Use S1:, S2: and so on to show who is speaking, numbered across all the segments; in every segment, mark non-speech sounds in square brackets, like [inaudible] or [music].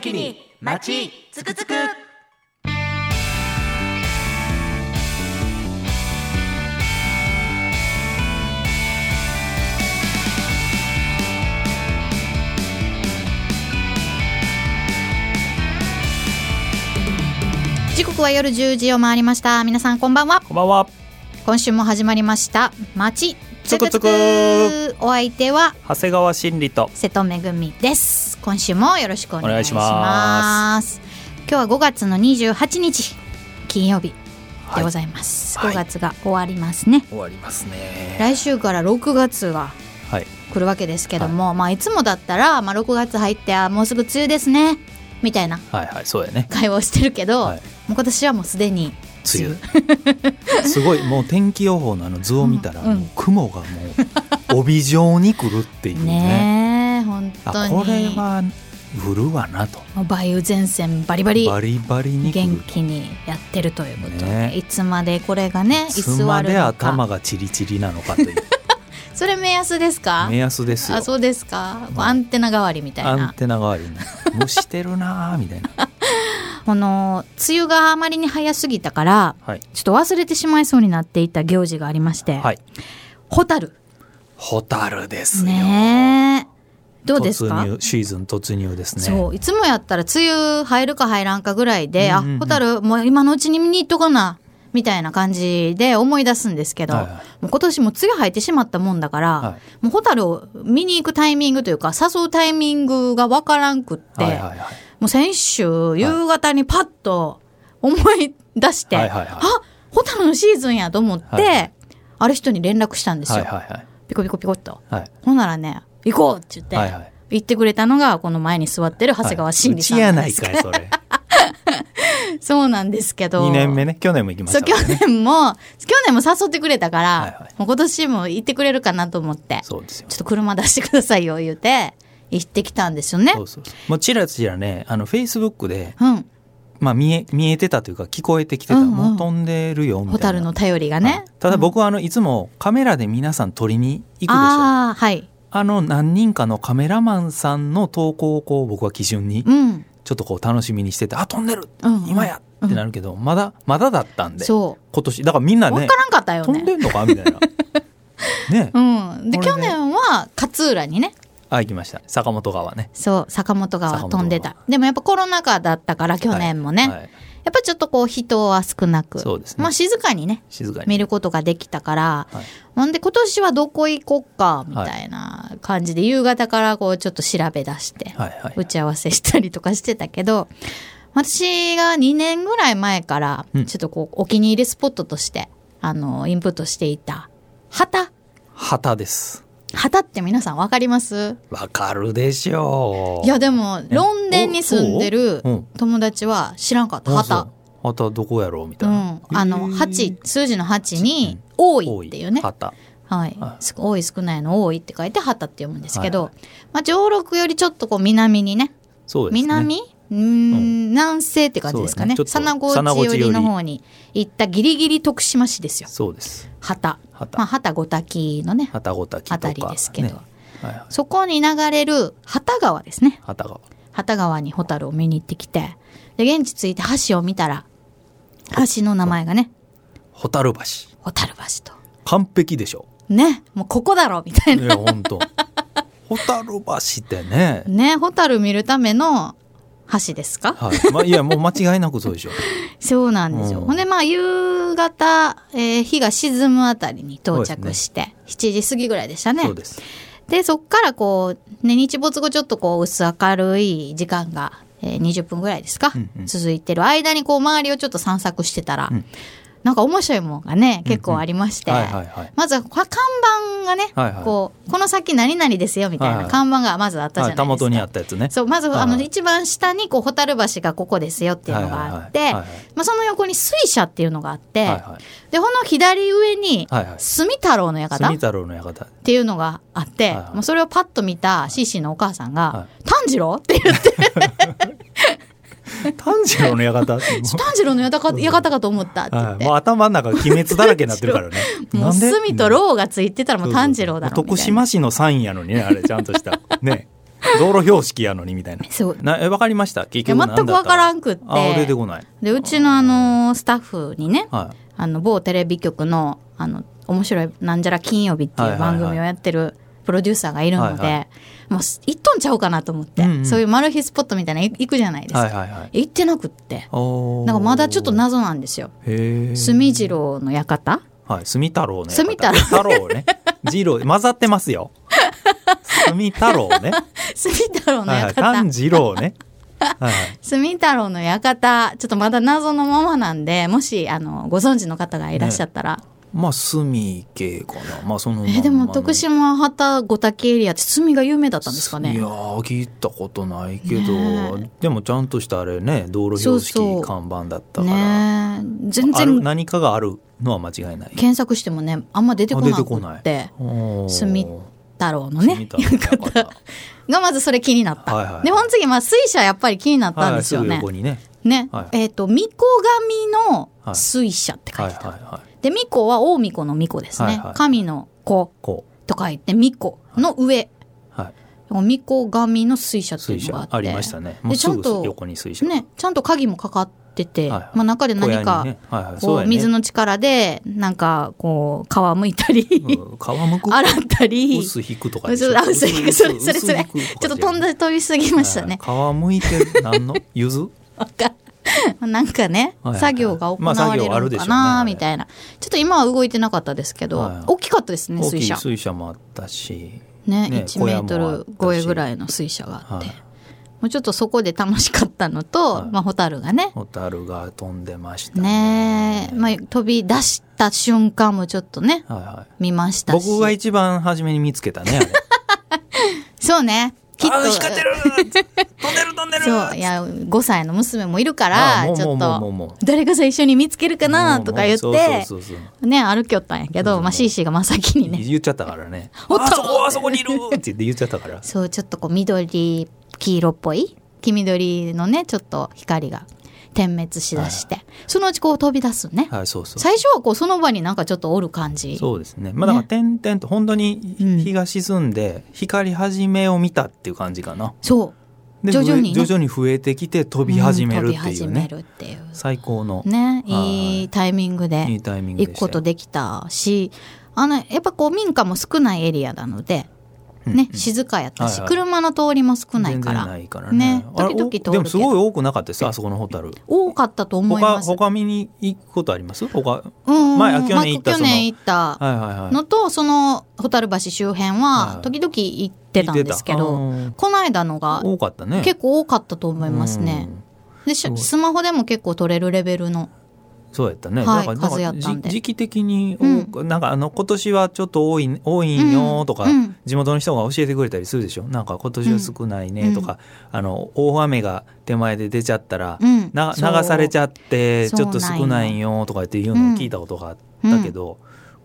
S1: きに街つくつく
S2: 時刻は夜10時を回りました皆さんこんばんは
S3: こんばんは。
S2: 今週も始まりました街つくつ
S3: つく
S2: く
S3: つ
S2: お相手は
S3: 長谷川真理と。
S2: 瀬戸めぐみです今週もよろしくお願いします今日は5月の28日金曜日でございます、
S3: はい
S2: 5月が終わりますね、
S3: 終わりますね。
S2: 来週から6月が
S3: はい。
S2: 来るわけですけども、い、まあいつもだったら、まあ、6月入ってあもうすぐ梅雨ですねみたいな
S3: はいはい、そうやね。
S2: 会話をしてるけど、
S3: はい
S2: もう今年はもうすでに
S3: 梅雨。すごい、もう天気予報のあの図を見たら、
S2: うんうん
S3: もう雲がもう帯状に来るっていうね。
S2: ねえ本当
S3: あ、
S2: に
S3: これは降るわなと。
S2: もう梅雨前線バリバリ
S3: バリバリに来
S2: 元
S3: ると。
S2: 気にやってるということで、
S3: ね
S2: いつまでこれがね居
S3: つ
S2: 座
S3: ま
S2: る
S3: で
S2: の
S3: 頭
S2: か
S3: がチリチリなのかという
S2: それ目安ですか
S3: 目安ですよ
S2: [laughs] あ。そうですか、
S3: うん
S2: こうアンテナ代わりみたい
S3: アン
S2: な
S3: テナが悪いね。蒸してるなーみた
S2: [laughs]
S3: いな。
S2: この梅雨があまりに早すぎたから
S3: はい。
S2: ちょっと忘れてしまいそうになっていた行事がありまして、
S3: はい。
S2: ホタル
S3: ホタルですよ。
S2: ねえどうですか
S3: 突入シーズン突入ですね。
S2: そういつもやったら梅雨入るか入らんかぐらいで、
S3: うんうんう
S2: あ
S3: ん
S2: ホタルもう今のうちに見に行っとかなみたいな感じで思い出すんですけど、
S3: はいはい
S2: もう今年も梅雨入ってしまったもんだから、
S3: は
S2: もうホタルを見に行くタイミングというか誘うタイミングがわからんくって、
S3: はいはいはい。
S2: もう先週夕方にパッと思い出して、
S3: はいはいはい
S2: あホタルのシーズンやと思って、
S3: はい
S2: ある人に連絡したんですよ、
S3: はいはいはい。
S2: ピコピコピコっと。
S3: はい。
S2: ほんならね行こうって言って、
S3: はいはい
S2: 言ってくれたのがこの前に座ってる長谷川真理さん
S3: はい
S2: な
S3: うんちやな
S2: で
S3: い
S2: すけど
S3: かい、それ。
S2: そうなんですけ [laughs] ど
S3: 2年目ね。去年も行きまし
S2: そう
S3: たか
S2: 去
S3: らね。
S2: 年も去 [laughs] 年も誘ってくれたから、
S3: はいはい
S2: もう今年も行ってくれるかなと思ってち
S3: そ
S2: ょ
S3: うですよ。
S2: っと車出してくださいよ言うて行ってきたんですよね
S3: そうそうそう。もうちらちらね、あの、フェイスブックで、
S2: うん
S3: まあ見え、見えてたというか聞こえてきてた。
S2: うんうん
S3: もう飛んでるよ、みたいな。
S2: ホタルの便りがね
S3: はいただ僕はあの、いつもカメラで皆さん撮りに行くでしょ。あ
S2: ああはい
S3: の、何人かのカメラマンさんの投稿をこう、僕は基準に、
S2: うん
S3: ちょっとこう楽しみにしてて、あ、飛んでる
S2: うんうん
S3: 今やってなるけど、まだ、まだだったんで。
S2: そ
S3: 今年。だからみんな
S2: うわ
S3: ね
S2: か、らんかったよ
S3: 飛
S2: ね
S3: んでんのかみたい
S2: [laughs]
S3: な。ね。
S2: うんで
S3: これ
S2: 去
S3: ね
S2: 年は勝浦にね
S3: あ、行きました。坂本川ね。
S2: そう坂本川
S3: 坂本
S2: 飛
S3: 川
S2: んでたでもやっぱコロナ禍だったから去年もね、
S3: はいはい
S2: やっぱちょっとこう人は少なく
S3: そうですね
S2: まあ、静かにね
S3: 静かに。
S2: 見ることができたから、
S3: はい
S2: ほんで今年はどこ行こっかみたいな感じで、夕方からこうちょっと調べ出して、
S3: はいはい。
S2: 打ち合わせしたりとかしてたけど私が2年ぐらい前から
S3: うん
S2: ちょっとこうお気に入りスポットとして、あのインプットしていた旗
S3: 旗です。
S2: 旗って皆さんわかります
S3: わかるでしょう。
S2: いやでもロンデンに住んでる
S3: うん
S2: 友達は知らんかった
S3: あ。そ
S2: 旗
S3: う。旗どこやろうみ
S2: う
S3: たいな。
S2: ん、あの
S3: へー
S2: 8数字の8に「多い」っていうね
S3: 旗。
S2: はい
S3: は、
S2: す多い少ないの多いって書いて旗って読むんですけど、
S3: は
S2: まあ、上陸よりちょっとこう南にね
S3: そうですね。
S2: 南うーん、南西って感じですかね
S3: そうです
S2: 佐
S3: ねちょ
S2: 那
S3: っと
S2: 河内寄りの方に行ったギリギリ徳島市ですよ
S3: そうです。
S2: 旗
S3: 旗
S2: まあ、旗五滝のね
S3: 旗ごたきとか。
S2: あたりですけど
S3: ねはいはい。
S2: そこに流れる旗川ですね
S3: 旗が。
S2: 旗川にホタルを見に行ってきてで現地着いて橋を見たら橋の名前がね
S3: 蛍橋。
S2: ホタル橋と
S3: 完璧でしょ。
S2: ねもうここだろみたい
S3: い
S2: な
S3: や、本当。蛍橋って [laughs] ね。
S2: ねホタル見るための橋ですか
S3: はい。まあ、いや、もう間違いなくそうでしょ。
S2: そうなんですよ。
S3: うん
S2: ほんでまあ夕方、えー日が沈むあたりに到
S3: そうで
S2: 着
S3: す
S2: して、7時過ぎぐらいでしたね
S3: そう。です。
S2: でそっからこう、ね、日没後ちょっとこう薄明るい時間が、えー20分ぐらいですか、
S3: うんうん
S2: 続いてる間にこう周りをちょっと散策してたら、
S3: うん
S2: なんか面白いもんがね結構ありまして、
S3: はいはいはい。
S2: まずは看板がね、
S3: はいはい
S2: こうこの先何々ですよみたい
S3: はい
S2: な
S3: はい
S2: 看板がまずあったじゃな
S3: はいい、
S2: ですか。
S3: たもとにあったやつね。
S2: そうまず、
S3: はいはい
S2: あの一番下にこう蛍橋がここですよっていうのがあって、
S3: はいはいはいはい
S2: まあ、その横に水車っていうのがあって、
S3: はいはい。
S2: でこの左上に
S3: はいはい
S2: 住太郎の館
S3: 住
S2: っ
S3: 太郎の館。
S2: ていうのがあって、
S3: はいはい
S2: もうそれをパッと見たシーシーのお母さんが「
S3: は
S2: 炭治郎?」って言って
S3: 炭治郎の
S2: [laughs]
S3: 館っても
S2: 「 [laughs] 炭治郎の館か館かと思った」って
S3: う
S2: 言
S3: は
S2: っ
S3: い、
S2: て、
S3: もう頭の中鬼滅だらけになってるからね。
S2: [laughs] もう
S3: なんで
S2: 住と郎がついてたらもう炭治郎だ
S3: そうそう
S2: ろ
S3: そう徳
S2: みたいな [laughs]
S3: 島市のサインやのにね、あれちゃんとした。ね。道路標識やのにみたいな
S2: そう
S3: なえ分かりました結
S2: いや
S3: 局何だった
S2: 全くわから
S3: ん
S2: んくって
S3: あ出てこない
S2: でうちのあのスタッフにね
S3: はい
S2: あの某テレビ局のあの面白いなんじゃら金曜日っていう番組をやってるプロデューサーがいるの
S3: はいは
S2: でもう行っとんちゃうかなと思って、
S3: うんうん
S2: そういうマル秘スポットみたいなの行くじゃないですか、
S3: はいはいはい
S2: 行ってなくって
S3: おー
S2: なんかまだちょっと謎なんですよ
S3: へえ
S2: 墨次郎の館 [laughs]
S3: はい住太郎ね
S2: 住太郎
S3: 太郎ね次郎混ざってます
S2: [laughs]
S3: よ住太郎ね
S2: 墨太郎の
S3: はいはい
S2: 館、
S3: 炭治郎
S2: [laughs]
S3: ねはいはい
S2: 住太郎の館ちょっとまだ謎のままなんでもしあのご存知の方がいらっしゃったら、
S3: まあ住系かなまあそのまんまの
S2: えでも徳島畑五嶽エリアって墨が有名だったんですか
S3: いや
S2: ね
S3: ー聞いたことないけど、
S2: ね
S3: でもちゃんとしたあれね道路標識
S2: そうそう
S3: 看板だったから
S2: ねえ全
S3: ある
S2: 然
S3: 何かがあるのは間違いない。
S2: 検索してもねあんま出てこな
S3: あ出てこな
S2: く
S3: い
S2: って
S3: おー
S2: 住太郎のね
S3: 住みたい
S2: [laughs]
S3: な方
S2: がまずそれ気になった、
S3: はいはい
S2: でほん次まあ水車やっぱり気になったん
S3: は
S2: で
S3: い、
S2: す
S3: す
S2: よ
S3: ぐ
S2: ね、
S3: 横にね。
S2: ね、
S3: はい
S2: えっ、と巫女神の水車って書
S3: はいい
S2: てた、
S3: はいはい。
S2: で巫女は大巫女の巫女ですね、
S3: はいはい
S2: 神の子
S3: こと
S2: 書いて巫女の上、
S3: う、はい、
S2: 巫女神の水車ってい
S3: 水
S2: うのがあっ
S3: 車
S2: て
S3: ありましたね。
S2: で
S3: もうすぐ
S2: ちゃんと
S3: 横に水車。
S2: ねちゃんと鍵もかかって
S3: は
S2: て、
S3: いはい
S2: まあ、中で何
S3: 小屋
S2: か
S3: にねはいはい、
S2: こ
S3: そううやね
S2: 水。の力でなんかこう皮むいたり、 [laughs]
S3: うん皮むく。
S2: 洗ったり
S3: 薄引くとかでしょ。
S2: 薄あ薄いそれそれそれ
S3: 薄引く
S2: ちょっと
S3: とかじゃ
S2: 飛ん
S3: ない
S2: で飛びすぎましたね、
S3: はい皮むいて何
S2: [laughs]
S3: の柚子？
S2: なんかね、
S3: はいはいはい
S2: 作業が行
S3: まあ
S2: わ
S3: 作
S2: れ
S3: 業あ
S2: る
S3: る
S2: の
S3: でしょ
S2: か
S3: うねあ
S2: な、
S3: れ
S2: みたいな。ちょっと今は動いてなかったですけど、
S3: はい
S2: 大きかったですね、
S3: 大
S2: 水
S3: きい
S2: 車。
S3: 水車もあったし。
S2: ね、
S3: ね
S2: 1メート
S3: 小屋もあっ
S2: ル
S3: たし
S2: 超えぐらいの水車があって。
S3: はい
S2: もうちょっとそこで楽しかったのと、
S3: はい
S2: まあ、ホタルがね。
S3: ホタルが飛んでました
S2: ね
S3: ね。
S2: え、まあ、飛び出した瞬間もちょっとね、
S3: はいはい。
S2: 見ましたし。
S3: 僕が一番初めに見つけたね。あれ
S2: [laughs] そうね。きっと。
S3: あ光ってる。飛んでる飛んでる。
S2: そう、いや、5歳の娘もいるか
S3: あ
S2: ら、
S3: もう
S2: ちょ
S3: も
S2: っ
S3: うもうもうも
S2: と、誰か最初に見つけるかなとか言っ
S3: もうもう
S2: て、
S3: そうそうそうそう
S2: ね、歩きよったんやけど、まあ、シーシーが真っ先にね、
S3: 言っちゃったから
S2: [laughs]
S3: ね。
S2: おった
S3: あそこあそこにいるって言って言っちゃったから。
S2: そうちょっとこう緑黄色っぽい黄緑のねちょっと光が点滅しだして、そのうちこう飛び出すね、
S3: はいそうそう。
S2: 最初はこうその場になんかちょっとおる感じ
S3: そうですね。まあだから点々と本当に
S2: うん
S3: 日が沈んで光り始めを見たっていう感じかな。
S2: そう
S3: で
S2: 徐々にね
S3: 増え徐々に増えてきて飛び始めるって
S2: ん飛び
S3: い
S2: 始
S3: う
S2: め
S3: ね。
S2: るっていう
S3: 最高の
S2: ね
S3: はい
S2: いいタイミング
S3: い
S2: で
S3: いタイミング
S2: 行
S3: で
S2: く
S3: し
S2: こ
S3: た
S2: と
S3: よ。
S2: できたしあのやっぱこう民家も少ないエリアなので、
S3: うん
S2: ね静かやったし、
S3: はいはい
S2: 車の通りも少ない
S3: 全
S2: か
S3: 然
S2: ら
S3: ないから
S2: ね
S3: ね。あれ
S2: 時々
S3: お
S2: 通るけど
S3: でもすごい多くなかったです。あそこのホタル。
S2: 多かったと思い
S3: 他
S2: ます。
S3: 他見に行くことあります？他
S2: うんうん
S3: 前あ去年行った
S2: まあ去年行った
S3: はいはいはい。
S2: のとその蛍橋周辺は
S3: はい
S2: 時々行ってたんですけど、
S3: 聞いて
S2: この間の
S3: たあ
S2: が
S3: ー多かったね。
S2: 結構多かったと思いますね
S3: う。ん。
S2: でし
S3: すごい
S2: スマホでも結構撮れるレベルの
S3: そうやったね。
S2: はい
S3: だから
S2: 数やったんで
S3: じ時期的に多く、なんかあの今年はちょっと多い多いんよとか、
S2: うんうん
S3: 地元の人が教えてくれたりするでしょ。なんか今年は少ないねとか、あの大雨が手前で出ちゃったら、
S2: うん
S3: な
S2: そう
S3: 流されちゃって
S2: そう
S3: ちょっと少ないんよとかっていうのを聞いたことがあったけど、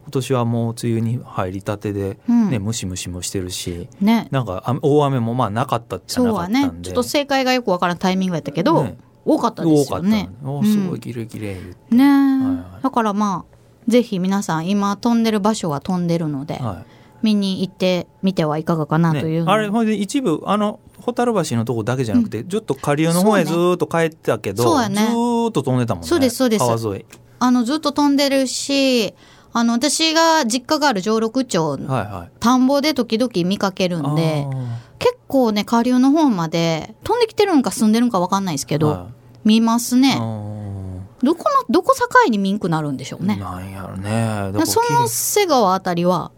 S3: 今年はもう梅雨に入りたてで、
S2: うん
S3: ねムシムシもしてるし。
S2: ね
S3: なんかあ大雨もまあなかったっちゃ
S2: そ
S3: な
S2: う
S3: かっ
S2: は
S3: たんで
S2: ねちょっと正解がよくわからんタイミングやったけど、
S3: ね
S2: 多かったですよね
S3: 多か。ったおすご
S2: う
S3: い
S2: ん
S3: キレイキレイ言って、
S2: ね
S3: いはい
S2: だからまあぜひ皆さん今飛んでる場所は飛んでるので、
S3: は
S2: 見に行ってみてはいかがかないとい
S3: ね
S2: うのを、
S3: あれほんで一部あの蛍橋のとこだけじゃなくて、ちょっと下流の方へずーっと帰ってたけど、
S2: そうねそうやね
S3: ずーっと飛んでたもんね
S2: そうですそうです
S3: 川沿い
S2: あのずっと飛んでるしあの私が実家がある上六町
S3: はいはい
S2: 田んぼで時々見かけるんで
S3: あー
S2: 結構ね下流の方まで飛んできてるんか住んでるんか分かんないですけど、
S3: は
S2: 見ます
S3: いあ
S2: ね
S3: ー
S2: どこのどこ境にミンクなるんでしょうね
S3: なんやろねだから
S2: その瀬川あたりは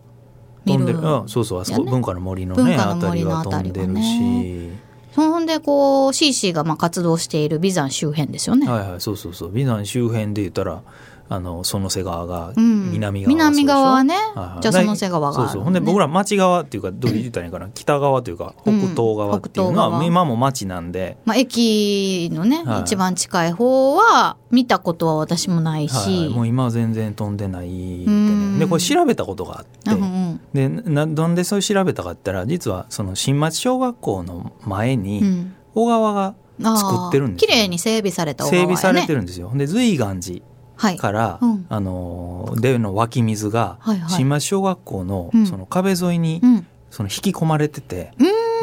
S2: 見
S3: 飛
S2: る
S3: んでるあそうそうあそこ、
S2: やね
S3: 文化の森のね
S2: 文化の森のあ
S3: あ
S2: た
S3: た
S2: り
S3: り
S2: は
S3: が飛
S2: ね
S3: んでるし、
S2: そんでこうシーシーがまあ活動している眉山周辺ですよね、
S3: はいはいそうそうそう美南周辺で言ったらあのその瀬川が
S2: うん
S3: 南側がそうでしょ、
S2: 南側はね、
S3: はいはい
S2: じゃあその瀬川がある、
S3: そ
S2: ね、
S3: うそうほんで僕ら町側っていうかどう言ったらいいんかな北側というか北東側っていうの
S2: うん北東
S3: は
S2: 側
S3: 今も町なんで、
S2: まあ、駅のね、
S3: はい
S2: 一番近い方は見たことは私もないし、
S3: はいはいもう今は全然飛んでないって
S2: うん
S3: ねでこれ調べたことがあって、
S2: うんうん
S3: でななんでそれ調べたかって言ったら実はその新町小学校の前
S2: う
S3: に
S2: ん
S3: 小川が
S2: あー
S3: 作ってるんです
S2: 綺
S3: よ
S2: 麗に整備された小川
S3: 整
S2: やね
S3: 備されてるんですよ、で瑞岩寺
S2: はい
S3: から、
S2: うん
S3: あのーでの湧き水が
S2: はいはい
S3: 新町小学校の
S2: うん
S3: その壁沿いに
S2: うん
S3: その引き込まれてて、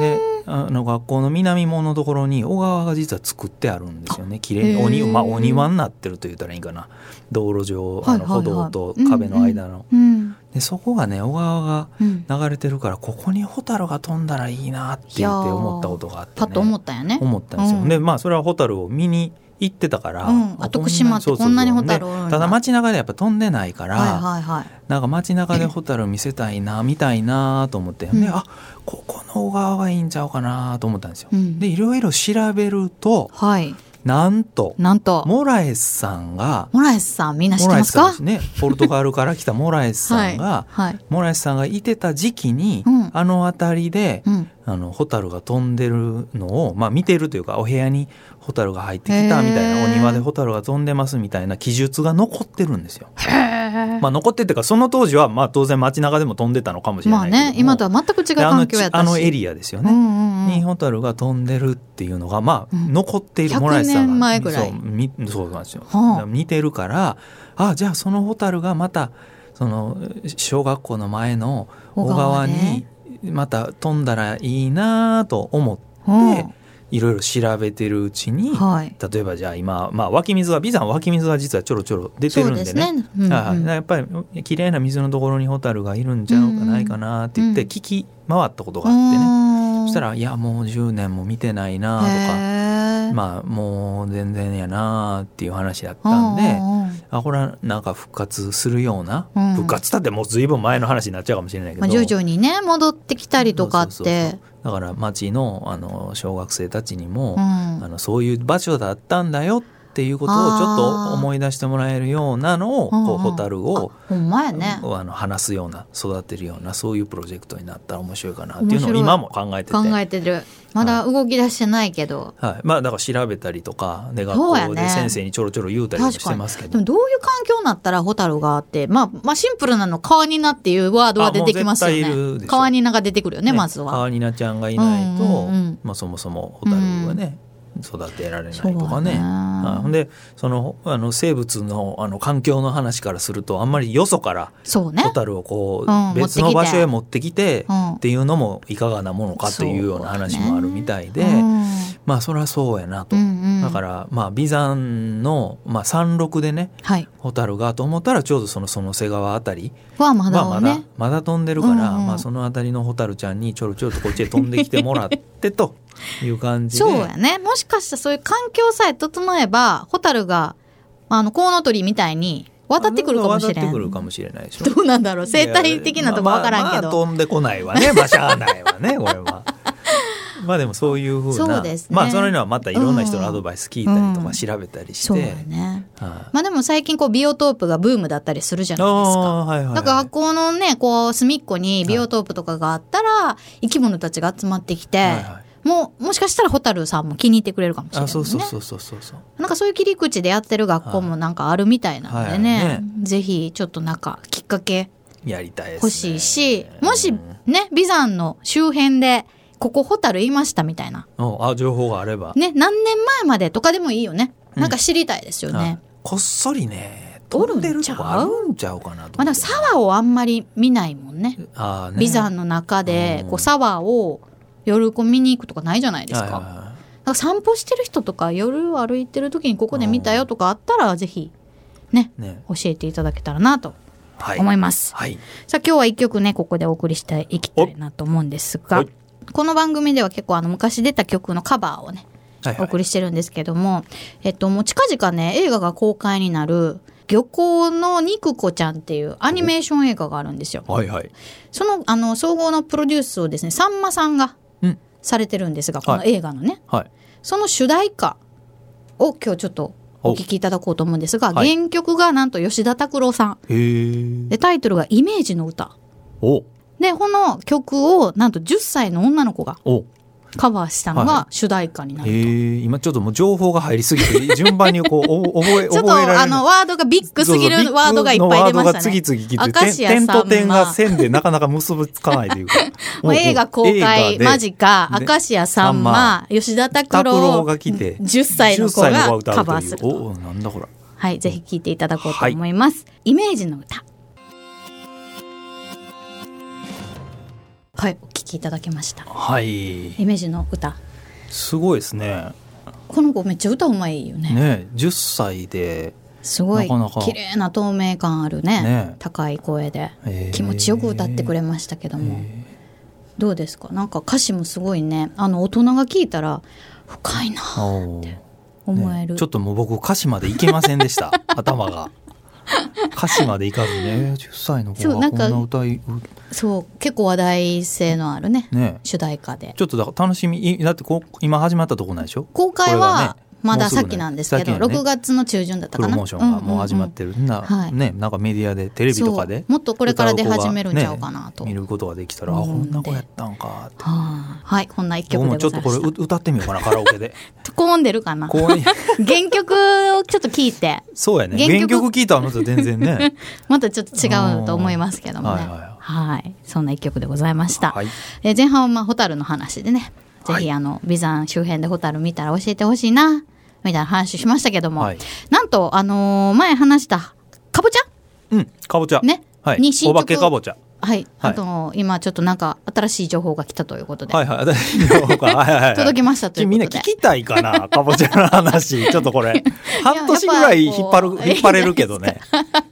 S3: であの学校の南門のところに小川が実は作ってあるんですよね綺麗におに、
S2: へー
S3: まあ、お庭になってると言ったらいいかな道路上
S2: は
S3: あ
S2: い
S3: の
S2: は
S3: 歩
S2: いはい
S3: 道と壁の間の、
S2: うん
S3: でそこがね小川が
S2: うん
S3: 流れてるからここに蛍が飛んだらいいなって
S2: い
S3: 言
S2: や
S3: っ
S2: ー
S3: て思ったことがあって、ね、
S2: パッと思ったんやね
S3: 思ったんですよ、
S2: うん
S3: でまあそれは蛍を見に行ってたから、
S2: うん
S3: あ
S2: あ徳島って
S3: そうそうそう
S2: こんなに蛍おるんだ
S3: でただ街中でやっぱ飛んでないから、
S2: はいはいはい
S3: なんか街中で蛍見せたいな見たいなと思って、
S2: うん
S3: であここの小川がいいんちゃうかなと思ったんですよ。
S2: うん
S3: でいろいろ調べると
S2: はい
S3: なんと
S2: なんと
S3: モラエスさんが
S2: モラエスさんみんな知っ
S3: モ
S2: て
S3: ラエ
S2: ま
S3: ス
S2: す
S3: さん
S2: か
S3: ですねポルトガルから来たモラエスさんが、
S2: [laughs] はい、はい
S3: モラエスさんがいてた時期に、
S2: うん
S3: あの辺りで
S2: う、ん、
S3: あの蛍が飛んでるのを、まあ、見てるというかお部屋に蛍が入ってきたみたいな
S2: へー
S3: お庭で蛍が飛んでますみたいな記述が残ってるんですよ。
S2: へえ
S3: まあ、残ってっていうかその当時はまあ当然街中でも飛んでたのかもしれ
S2: ま
S3: な
S2: あ
S3: いけども
S2: ね今とは全く違う
S3: であの
S2: 環
S3: ち
S2: 境やったし
S3: あのエリアですよ
S2: う
S3: ね。
S2: んうんうん
S3: に蛍が飛んでるっていうのがまあ
S2: うん
S3: 残っている、
S2: 100
S3: モラエスさんが
S2: 年前ぐらい
S3: そうみそうなんですよ、
S2: はあ
S3: だから似てるからあじゃあその蛍がまたその小学校の前の小川にまた飛んだらいいなと思って
S2: うん
S3: いろいろ調べてるうちに、
S2: はい
S3: 例えばじゃあ今、まあ、湧き水が美山湧き水が実はちょろちょろ出て
S2: そ
S3: る
S2: うんで
S3: ですね
S2: ね。うんうん
S3: はいやっぱり綺麗な水のところにホタルがいるんちゃうかないかなって言って
S2: うん
S3: 聞き回ったことがあってね、
S2: うん
S3: そしたら「いやもう10年も見てないな」とか
S2: へ
S3: 「
S2: え
S3: まあもう全然やな」っていう話だったんで
S2: う。んうんうん
S3: あこれはなんか復活するような、
S2: うん
S3: 復活だってもう随分前の話になっちゃうかもしれないけど、
S2: まあ、徐々にね戻ってきたりとかっ
S3: そうそうそう
S2: て
S3: そうだから町のあの小学生たちにも、
S2: うん
S3: あのそういう場所だったんだよっていうことをちょっと思い出してもらえるようなのを
S2: うんうん
S3: こう蛍を
S2: あほんまやね
S3: あの話すような育てるようなそういうプロジェクトになったら面白いかなっていうのを
S2: 面白い
S3: 今も考えてて。
S2: 考えてるまだ動き出してないけど、
S3: はい、まあだから調べたりとかで学
S2: そうやね
S3: 校で先生にちょろちょろ言うたりも
S2: 確
S3: して
S2: かに
S3: ますけ
S2: で
S3: ど
S2: もどういう環境になったら蛍があって、まあ、まあシンプルなの川になっていうワードは出てきますよ
S3: あもう絶対いる
S2: ね
S3: でしょ
S2: 川になが出てくるよねまずは
S3: 川になちゃんがいないと、
S2: うんうんうん
S3: まあ、そもそも蛍はね、育てられないと
S2: そ
S3: か
S2: うだ
S3: ね
S2: ね
S3: はいほんでそのあの生物のあの環境の話からするとあんまりよそから
S2: そうね
S3: ホタルをこう、
S2: うん
S3: 別
S2: 持ってき
S3: の
S2: て
S3: 場所へ持ってきて、
S2: うん
S3: っていうのもいかがなものかというような話もあるみたいで、
S2: うん
S3: まあそりゃそうやなと、
S2: うんうん
S3: だからまあ眉山の、まあ、山麓でね
S2: はい
S3: ホタルがと思ったらちょうどそのその瀬川あたり
S2: はまだ
S3: まあ
S2: は
S3: ま
S2: ね、
S3: だまだ飛んでるから、
S2: うんうん
S3: まあ、そのあたりのホタルちゃんにちょろちょろとこっちへ飛んできてもらってと
S2: [laughs]
S3: いう感じで
S2: そうやねもしかしたらそういう環境さえ整えば蛍があのコウノトリみたいに渡ってくるかもし
S3: 渡
S2: れ
S3: って
S2: ん
S3: く
S2: ど
S3: るかもしれないでしょ
S2: うなんだろう生態的なとこわからんけど、
S3: まあまあ飛んでこないわねまあしゃあないわ
S2: [laughs]
S3: ねこれは。まあでもそういうふうな
S2: そうですね
S3: まあそれにはまたいろんな人のアドバイス聞いたりと
S2: うん
S3: か調べたりして、
S2: そうやね
S3: はい
S2: まあでも最近こうビオトープがブームだったりするじゃ
S3: あ
S2: ないですか
S3: あはいはい、はい、
S2: だから学校のねこう隅っこにビオトープとかがあったら生き物たちが集まってきて、
S3: はいは
S2: もうもしかしたら蛍さんも気に入ってくれるかもしれない、
S3: あ
S2: ね、
S3: そうそうそうそうそうそう
S2: なんかそういう切り口でやってる学校もなんかあるみたいなんで
S3: はいは
S2: ね
S3: いね
S2: ぜひちょっとなんかきっかけ
S3: やりたいです、ね、
S2: 欲しいし、もし
S3: うん
S2: ね眉山の周辺でここホタルいましたみたいな
S3: おあ情報があれば、
S2: ね何年前までとかでもいいよね
S3: うん
S2: なんか知りたいですよ
S3: はい
S2: ね、
S3: こっそりね
S2: お
S3: 飛
S2: る
S3: ん
S2: んちゃ
S3: でると
S2: う
S3: こあるんちゃうかなと
S2: まあ
S3: 思
S2: でも
S3: って
S2: 沢をあんまり見ないもんね
S3: あーね
S2: 眉山の中で
S3: うん
S2: こう沢を夜こう見に行くとかないじゃないです
S3: はいはい
S2: か
S3: はい
S2: なんか散歩してる人とか夜歩いてる時にここで見たよとかあったらぜひね
S3: ね
S2: 教えていただけたらなと
S3: はい
S2: 思います、
S3: はい
S2: さあ今日は一曲ねここでお送りしていきたいなと思うんですが
S3: はい
S2: この番組では結構あの昔出た曲のカバーをね
S3: はいはい
S2: お送りしてるんですけども、えっともう近々ね映画が公開になる漁港の肉子ちゃんっていうアニメーション映画があるんですよ。
S3: はいはい
S2: そのあの総合のプロデュースをですねさんまさんが
S3: うん
S2: されてるんですが、この
S3: はい
S2: 映画のね
S3: はい
S2: その主題歌を今日ちょっとお聞きいただこうと思うんですが、
S3: はい
S2: 原曲がなんと吉田拓郎さん
S3: へえ
S2: でタイトルが「イメージの歌
S3: お」
S2: でこの曲をなんと10歳の女の子が
S3: お
S2: カバーしたのが
S3: は
S2: 主題歌になる、
S3: えー、今ちょっともう情報が入りすぎて
S2: [laughs]
S3: 順番にこうお覚え
S2: ちょっ
S3: 覚えられな
S2: と
S3: い
S2: あのワードがビッグすぎ
S3: そうそ
S2: る
S3: う
S2: ワードがいっぱい出ました
S3: ビ
S2: ね
S3: ッグのワードが次々
S2: 明
S3: 来て
S2: 石家
S3: 点点
S2: さんま
S3: と点が線でなかなか結びつかないというか
S2: [laughs] もう映画公開間
S3: ジ
S2: 近
S3: で
S2: 明石家さんま吉田拓
S3: 拓
S2: 郎
S3: 郎が来て
S2: 10歳の子がカバーす
S3: 10歳の
S2: る
S3: 子が歌うというおおなんだこれ
S2: はいぜひ聴いていただこうと思います、イメージの歌はいお聞きいただきました
S3: はい
S2: イメージの歌
S3: すごいですね
S2: この子めっちゃ歌うまいよね
S3: ね10歳です
S2: ごい
S3: なかなか
S2: 綺麗な透明感あるね
S3: ね
S2: 高い声で
S3: えー
S2: 気持ちよく歌ってくれましたけども、どうですかなんか歌詞もすごいねあの大人が聞いたら深いなと
S3: おー
S2: 思える、
S3: ねちょっともう僕歌詞までいけませんで
S2: [laughs]
S3: した頭が歌詞までいかずね10歳の子
S2: そう
S3: が
S2: なん
S3: こん
S2: か
S3: な歌いう
S2: そう結構話題性のあるね
S3: ね
S2: 主題歌で
S3: ちょっとだから楽しみいだってこう今始まったとこないでしょ
S2: 公開
S3: これ
S2: は
S3: はね
S2: ま
S3: も
S2: だ
S3: うすぐ
S2: さ
S3: ね
S2: っきなんですけど、
S3: さっきのね
S2: 6月の中旬だった
S3: プ
S2: か
S3: ロ
S2: な
S3: モーションがもう始まってる、な、
S2: はい
S3: ねなんかメディアでテレビとかで
S2: そうもっとこれから出始めるんちゃうかな
S3: 歌う子
S2: と
S3: がね見ることができたらあ
S2: 思
S3: こ
S2: う
S3: ん
S2: んで
S3: な子やったんかって
S2: はいはいこんな一曲
S3: 僕
S2: で
S3: も
S2: ご
S3: ち
S2: ざ
S3: ょ
S2: い
S3: っと
S2: ま
S3: これ
S2: し
S3: う歌ってみようかなカラオケ
S2: [laughs]
S3: で
S2: た突っ込んでるかな
S3: 公園
S2: 原曲をちょっと聞いて
S3: そうやね
S2: 原
S3: 原
S2: 曲
S3: 曲聞いたのと全然ね
S2: [laughs] またちょっと違うと思いますけどもね
S3: うんはいはい
S2: はいそんな一曲でございました、
S3: はい
S2: えー前半はまあ蛍の話でねぜ
S3: はい
S2: ひあの眉山周辺で蛍見たら教えてほしいなみたいな話しましたけども、
S3: はい
S2: なんとあのー前話したかぼちゃ
S3: うんかぼちゃ
S2: ね
S3: はい
S2: に進
S3: お
S2: 捗
S3: 化けかぼちゃ
S2: はい、
S3: はい
S2: あと今ちょっとなんか新しい情報が来たということで、
S3: はいはい私の方からはいはいはい
S2: 届きましたということ
S3: みん
S2: で
S3: な聞きたいかなかぼちゃの
S2: [laughs]
S3: 話ちょっとこれ半年ぐらい引っ張る
S2: やっぱこう
S3: 引っ張れるけどね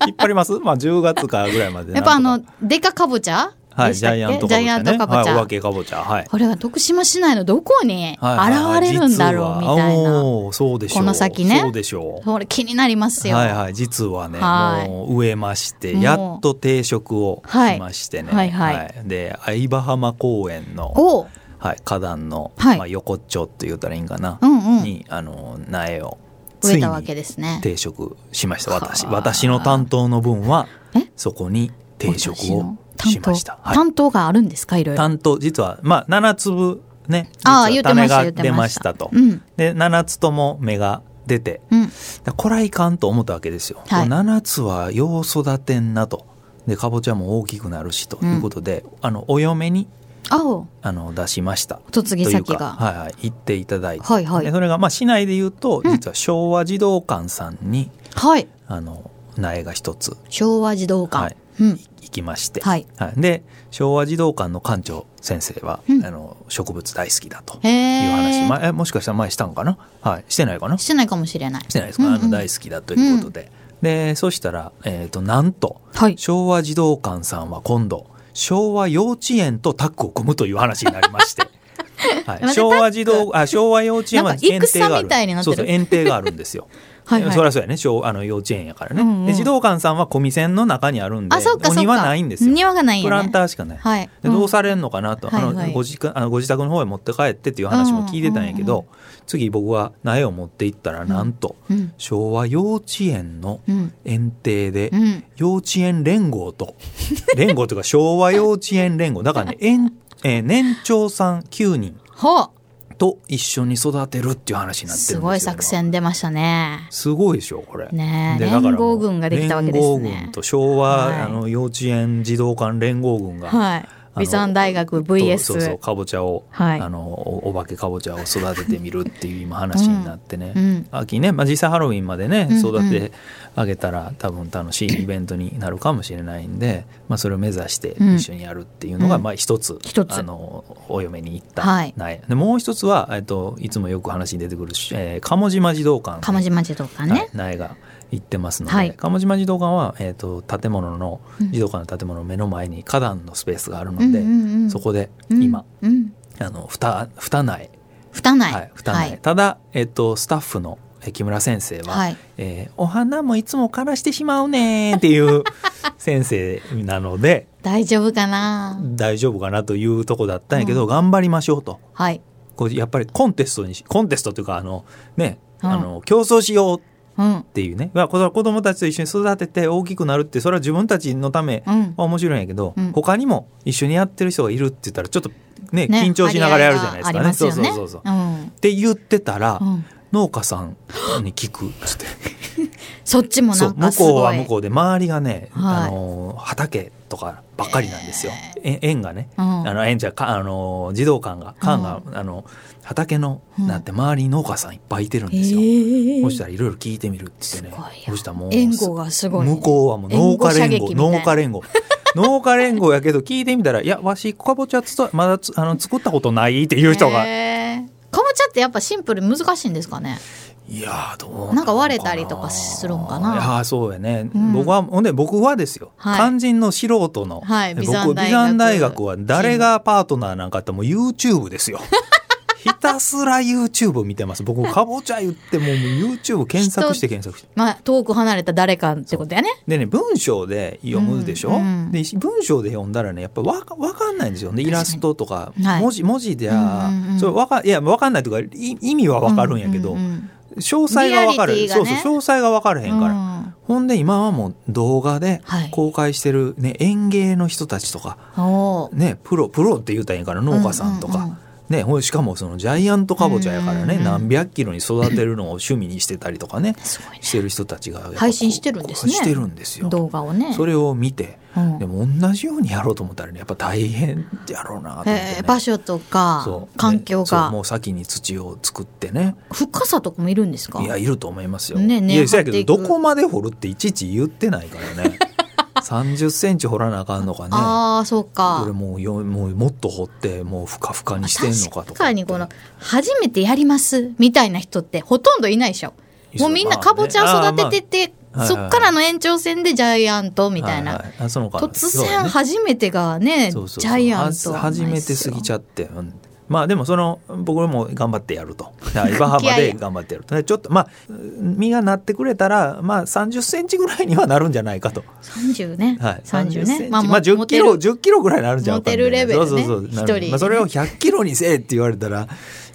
S3: 引っ張りますまあ10月かぐらいまで
S2: やっぱあ
S3: なん
S2: の
S3: と
S2: デカかぼちゃ
S3: かはい
S2: でし
S3: ジ
S2: たっ
S3: ャ
S2: け
S3: イアントかぼちゃ
S2: ジャイアン
S3: ね
S2: トかぼ
S3: はい
S2: ち
S3: お
S2: ゃ
S3: 化けかぼちゃはい
S2: これは徳島市内のどこに現
S3: はいはいはい
S2: れるんだろうみたい
S3: 実は
S2: な
S3: おーそうでしょう
S2: この先ね
S3: そうでしょう
S2: これ気になりますよ、
S3: はいはい実はね、
S2: はい
S3: もう植えまして
S2: もう
S3: やっと定食をしましてね、
S2: はいはいはい
S3: で相葉浜公園の
S2: おう
S3: はい、花壇の、
S2: はい
S3: まあ、横っちょって言うたらいいんかな、
S2: うんうん
S3: にあの苗を
S2: 植
S3: つ
S2: え
S3: い
S2: たわけ
S3: に
S2: ですね
S3: 定食しました私
S2: はあ
S3: 私の担当の分は
S2: え
S3: そこに定食
S2: 私
S3: を
S2: の
S3: し
S2: 担当
S3: ました、はい
S2: 担当があるんですかいろいろ
S3: 担当実はまあ7粒ね実
S2: ああ
S3: は
S2: 言ってま
S3: 種
S2: した
S3: が
S2: 言って
S3: 出
S2: ま
S3: ま
S2: し
S3: したたと
S2: うん
S3: で7つとも芽が出て
S2: うん
S3: だこらいかんと思ったわけですよ、
S2: はい
S3: 7つはよう育てんなとでかぼちゃも大きくなるしということで、あのお嫁に
S2: 青
S3: あの出しました
S2: 嫁ぎ
S3: という
S2: 先
S3: か
S2: が
S3: はいはい、行っていただいて、
S2: はいはい
S3: でそれが、まあ、市内で言うと
S2: うん
S3: 実は昭和児童館さんに、
S2: はい
S3: あの苗が一つ
S2: 昭和児童館、
S3: はい
S2: うん
S3: 行きまして、
S2: はい
S3: で昭和児童館の館長先生は、
S2: うん
S3: あの植物大好きだとい
S2: へ
S3: う話、
S2: え、
S3: まあえもしかしたら前したんかな、はい、してないかなし
S2: してないかもしれない
S3: てないですか、
S2: うんうん
S3: あの大好きだということで、でそしたら、えー、となんと
S2: はい
S3: 昭和児童館さんは今度昭和幼稚園とタッグを組むという話になりま
S2: [laughs]
S3: して。は
S2: また
S3: い、昭和児童あ昭和幼稚園は
S2: なんか
S3: 園庭があ
S2: 戦みたいにな
S3: る
S2: って
S3: そ
S2: る
S3: うそう園庭があるんですよ。
S2: [laughs] はいはい
S3: そりゃそうやね昭あの幼稚園やからね、
S2: うんうん
S3: で児童館さんは小見線の中にあるんで
S2: あそうか
S3: お
S2: そう
S3: 庭
S2: か
S3: ないんですよ、
S2: 庭がないよね
S3: プランターしかない、
S2: はい
S3: でどう
S2: れ
S3: されんのかなと、あ
S2: はい
S3: の
S2: はい
S3: ご自あのご自宅の方へ持って帰ってっていう話も聞いてたんやけど、
S2: うん
S3: 次僕は苗を持って行ったらなんと、
S2: うん
S3: 昭和幼稚園の
S2: うん
S3: 園庭で
S2: うん
S3: 幼稚園連合と [laughs] 連合というか昭和幼稚園連合だ
S2: [laughs]
S3: からね園、えー年長さん9人
S2: ほう
S3: と一緒に育てるっていう話になって
S2: す
S3: るんですよ
S2: ごい作戦出ましたね
S3: すごいでしょこれ。
S2: ねえ
S3: でだから
S2: 連合軍ができたわけですね
S3: 連合軍と昭和、
S2: はい
S3: あの幼稚園児童館連合軍が、
S2: はい美山大学
S3: と
S2: VS
S3: そうそうかぼちゃを、
S2: はい
S3: あのおお化けかぼちゃを育ててみるっていう今話になってね、
S2: うん
S3: 秋ね、まあ、実際ハロウィンまでね
S2: うんうん
S3: 育てあげたら多分楽しいイベントになるかもしれないんで、まあ、それを目指して
S2: うん
S3: 一緒にやるっていうのが、
S2: うん
S3: まあ、一つ
S2: 一つ
S3: あのお嫁に行った、
S2: はい
S3: 苗でもう一つは、えっと、いつもよく話に出てくる、えー鴨島児童館
S2: 鴨島児童館
S3: はい
S2: ね、
S3: 苗が行ってますので、
S2: はい
S3: 鴨島児童館は、えー、と建物の
S2: うん
S3: 児童館の建物の目の前に花壇のスペースがあるの
S2: うん
S3: で、
S2: うんうん
S3: そこで
S2: うん
S3: 今、
S2: うん
S3: あのふたふた苗、
S2: ふたない
S3: はい、ふた苗ただ、えー、とスタッフのえー木村先生は、
S2: はい
S3: えーお花もいつも枯らしてしまうね」っていう
S2: [laughs]
S3: 先生なので
S2: 大丈夫かな
S3: 大丈夫かなというとこだったんやけど、頑張りましょうと。
S2: はい
S3: こうやっぱりコンテストにしコンテストというかあのね、
S2: うん
S3: あの競争しよう
S2: うん
S3: っていうね、まあ、これは子供たちと一緒に育てて大きくなるってそれは自分たちのため
S2: う
S3: は
S2: ん
S3: 面白いんやけど、
S2: うん
S3: 他にも一緒にやってる人がいるって言ったらちょっとね
S2: ね
S3: 緊張しながらやるじゃないですかね。
S2: 張り合があります
S3: そう
S2: よ
S3: そう
S2: ね
S3: そうそう、
S2: う
S3: っ
S2: ん
S3: て言ってたら、
S2: うん
S3: 農家さんに聞 [laughs] くっつって
S2: そっちも
S3: そう
S2: な
S3: ん
S2: か
S3: 向
S2: すごい
S3: こうは向こうで周りがね、
S2: はい
S3: あの畑とかばっかりなんですよ。え園がね、
S2: うん
S3: あの園じゃかあの児童館が館が、あの畑のなって周りに農家さんいっぱいいてるんですよ。
S2: ええ
S3: そしたらいろいろ聞いてみるっつってね
S2: すごいや
S3: そしたらもう
S2: 援護がすごいね
S3: 向こうはもう農家連
S2: 援護射
S3: 合
S2: 撃 [laughs] みたいな
S3: 農家連合農家連合やけど聞いてみたら「いやわしかぼちゃつとまだつあの作ったことない」っていう人が
S2: へーかぼちゃってやっぱシンプル難しいんですかね
S3: いやーどうの
S2: なんか割れたりとかするんかない
S3: やーそうやね、
S2: うん
S3: 僕はほんで僕はですよ、
S2: はい
S3: 肝心の素人の、
S2: はい
S3: 僕
S2: 美山大学
S3: 美山大学は誰がパートナーなんかってもう YouTube ですよ [laughs] ひたすら YouTube 見てます僕かぼちゃ言ってもう YouTube 検索して検索して
S2: まあ遠く離れた誰かってことやね
S3: でね文章で読むでしょ、
S2: うんうん
S3: で文章で読んだらねやっぱわかわかんないんですよねイラストとか
S2: はい
S3: 文字文字でゃ、
S2: うんうんうん
S3: それわかいやわかんないとかい意味はわかるんやけど、
S2: ううん
S3: 詳細がわかる、
S2: リアリティ
S3: そ
S2: が
S3: う
S2: ね
S3: そう詳細がわからへ
S2: うん
S3: んから、
S2: うん
S3: ほんで今はもう動画で
S2: はい
S3: 公開してる、ね園芸の人たちとか、
S2: おー
S3: ね、プロプロって言うたらいいんから農家さんとか、
S2: うんうんうん
S3: ね、ほんでしかもそのジャイアントカボチャやからね、
S2: うんうんうん
S3: 何百キロに育てるのを趣味にしてたりとかね
S2: すごい
S3: してる人たちがやっぱ
S2: 配信してるんですね
S3: こうしてるんですよ。
S2: 動画をね
S3: それを見て
S2: うん
S3: でも同じようにやろうと思ったらねやっぱ大変やろうなと思って、ね
S2: へー場所とか
S3: そう
S2: 環境
S3: ねそう
S2: が
S3: もう先に土を作ってね
S2: 深さとかもいるんですか
S3: いやいると思いますよ。
S2: ねね
S3: いやそやけ
S2: 張ってい
S3: ど
S2: く
S3: どこまで掘るっていちいち言ってないから
S2: [laughs]
S3: ね。三十センチ掘らなあかんのかね。
S2: ああそう
S3: これ
S2: か
S3: もうよもうもっと掘ってもうふかふかにしてんのかとかって。
S2: 確かにこの初めてやりますみたいな人ってほとんどいないでしょもうみんなかぼちゃ育てて
S3: まあね
S2: て、
S3: あーまあ
S2: そっからの延長線でジャイアントみたいな、
S3: ははあそのか
S2: 突
S3: そう
S2: 然
S3: ね
S2: 初めてがね
S3: そうそうそう
S2: ジャイアント
S3: は初めて過ぎち
S2: ゃ
S3: ゃって、うんまあでもその僕も頑張ってやると
S2: [laughs]
S3: 岩浜で頑張ってやるとでちょっとまあ実がなってくれたらまあ30センチぐらいにはなるんじゃないかと、
S2: 30ね、
S3: はい、
S2: 30
S3: 30セン
S2: ね
S3: チまあ10キロ
S2: モテる
S3: 10キロぐらいになるんじゃん
S2: モテるレベルね
S3: そうそうそうなる
S2: 一人
S3: まあ、それを100キロにせえって言われたら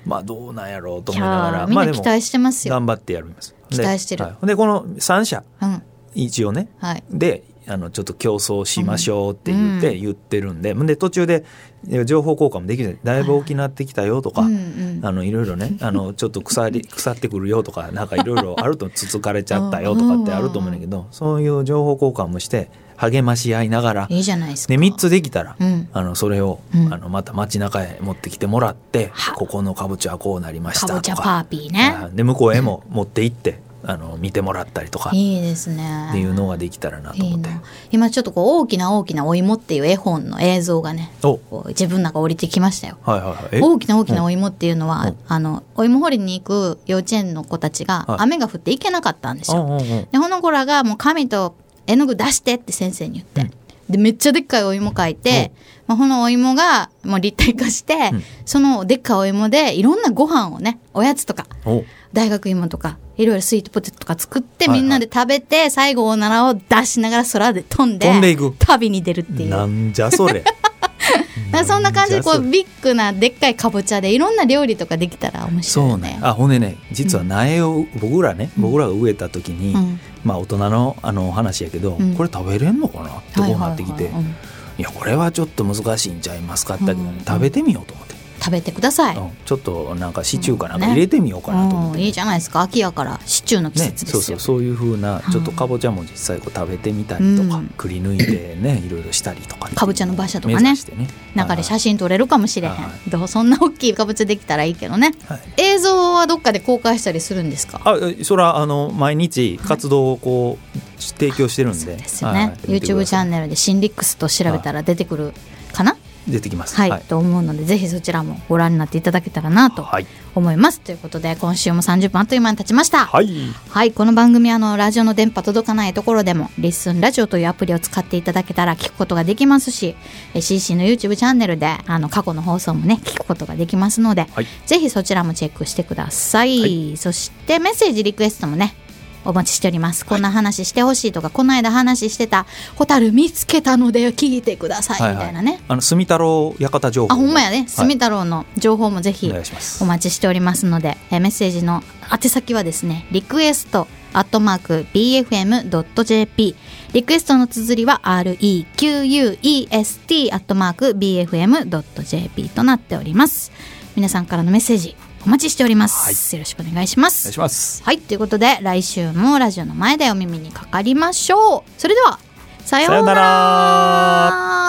S3: まあどうなんやろうと
S2: い
S3: 思い
S2: や
S3: ながら
S2: ーみん
S3: まあ
S2: な期待してますよ、
S3: 頑張ってやりますで
S2: 期待してる
S3: はいでこの3社
S2: うん
S3: 一応ね
S2: はい
S3: であのちょっと競争しましょうって言っ
S2: うん
S3: て
S2: う
S3: 言ってるんで、で途中でいや情報交換もできるだいぶ大きなってきたよとか、
S2: うんうん
S3: あのいろいろ
S2: [laughs]
S3: ねあのちょっと腐り腐ってくるよとかなんかいろいろあるとつつかれちゃったよとかってあると思うんだけどそういう情報交換もして励まし合いながら、ね、
S2: いいじゃないですか、
S3: 3つできたら、
S2: うん
S3: あのそれを、
S2: うん
S3: あのまた街中へ持ってきてもらって
S2: は
S3: ここのかぼちゃはこうなりました
S2: か
S3: と
S2: ぼ
S3: か
S2: ちゃパーピーね
S3: はいで向こうへも持って行ってあの見てもらったりとかっ
S2: いいですね
S3: ていうのができたらなと
S2: い
S3: 思
S2: い
S3: って。
S2: な今ちょっとこう大きな大きなお芋っていう絵本の映像がね
S3: お
S2: こう自分の中降りてきましたよ
S3: はいはいはいえ。
S2: 大きな大きなお芋っていうのは、
S3: うん
S2: あのお芋掘りに行く幼稚園の子たちが
S3: はい
S2: 雨が降って行けなかったんですよ。
S3: うんうんうん
S2: でほの子らがもう紙と絵の具出してって先生に言って、でめっちゃでっかいお芋描いて、まあ、このお芋がもう立体化して、
S3: うん
S2: そのでっかいお芋でいろんなご飯をねおやつとか
S3: お
S2: 大学芋とかいろいろスイートポテトとか作って
S3: はいは
S2: み
S3: い
S2: んなで食べて、最後おならを出しながら空で飛んで
S3: 飛んでいく
S2: 旅に出るっていう
S3: な
S2: なん
S3: じゃそれ。
S2: んかそんな感じでこ
S3: な
S2: うん
S3: じゃ
S2: ビッグなでっかいかぼちゃでいろんな料理とかできたら面
S3: そ
S2: 白
S3: れそ
S2: い
S3: う
S2: よ
S3: ね
S2: ね。。
S3: あ、ほんでね、実は苗を、僕らね、僕らが植えた時に、
S2: うん
S3: まあ大人のあの話やけど、
S2: うん
S3: これ食べれんのかなってこうなってきて、
S2: はいいはいはいうん
S3: やこれはちょっと難しいんちゃいますかってだけどね、
S2: うん
S3: 食べてみようと思って、
S2: 食べてください。
S3: うんちょっとなんかシチューかなんか
S2: うんね
S3: 入れてみようかなと思っ
S2: う
S3: て。
S2: んいいじゃないですか秋やからシチューの季
S3: ね、
S2: 節です
S3: そ
S2: よ。
S3: うそうそういうふうなちょっとかぼちゃも実際こう食べてみたりとか、
S2: うん
S3: くり抜いてねいろいろしたりとか
S2: かぼちゃの馬車とかね
S3: 目指してね
S2: 中で写真撮れるかもしれへん
S3: は。
S2: どうそんな大きいかぼちゃできたらいいけどね。
S3: はい
S2: 映像はどっかで公開したりするんですか。
S3: あえそれはあの毎日活動をこう、提供してるんで
S2: そうですよね。
S3: はい見てく
S2: YouTube
S3: だ
S2: チ
S3: さ
S2: ャ
S3: い
S2: ンネルでシンリックスと調べたら出てくるかな。
S3: 出てきます
S2: はい、
S3: はい、
S2: と思うのでぜひそちらもご覧になっていただけたらなと
S3: はい
S2: 思います。ということで今週も30分あっという間に経ちました。
S3: はい
S2: はい、この番組はあのラジオの電波届かないところでも、リッスンラジオというアプリを使っていただけたら聞くことができますし、え CC の YouTube チャンネルであの過去の放送もね、聞くことができますので、
S3: はい
S2: ぜひそちらもチェックしてください。
S3: は
S2: そしてメッセージリクエストもね、お待ちしております。こんな話してほしいとか、この間話してた、ホタル見つけたので聞いてください、みたいなね。
S3: あの住太郎館情報
S2: あ、ほんまやね、
S3: はい
S2: 住太郎の情報もぜひ、
S3: お願いします
S2: お待ちしておりますので、えーメッセージの宛先はですね、リクエストアットマーク bfm.jp リクエストの綴りは request アットマーク bfm.jp となっております。皆さんからのメッセージお待ちしております。よろしくお願いしま
S3: お願い
S2: す。
S3: します
S2: はい、ということで来週もラジオの前でお耳にかかりましょう。それでは、さよう
S3: さような
S2: な
S3: ら
S2: ら。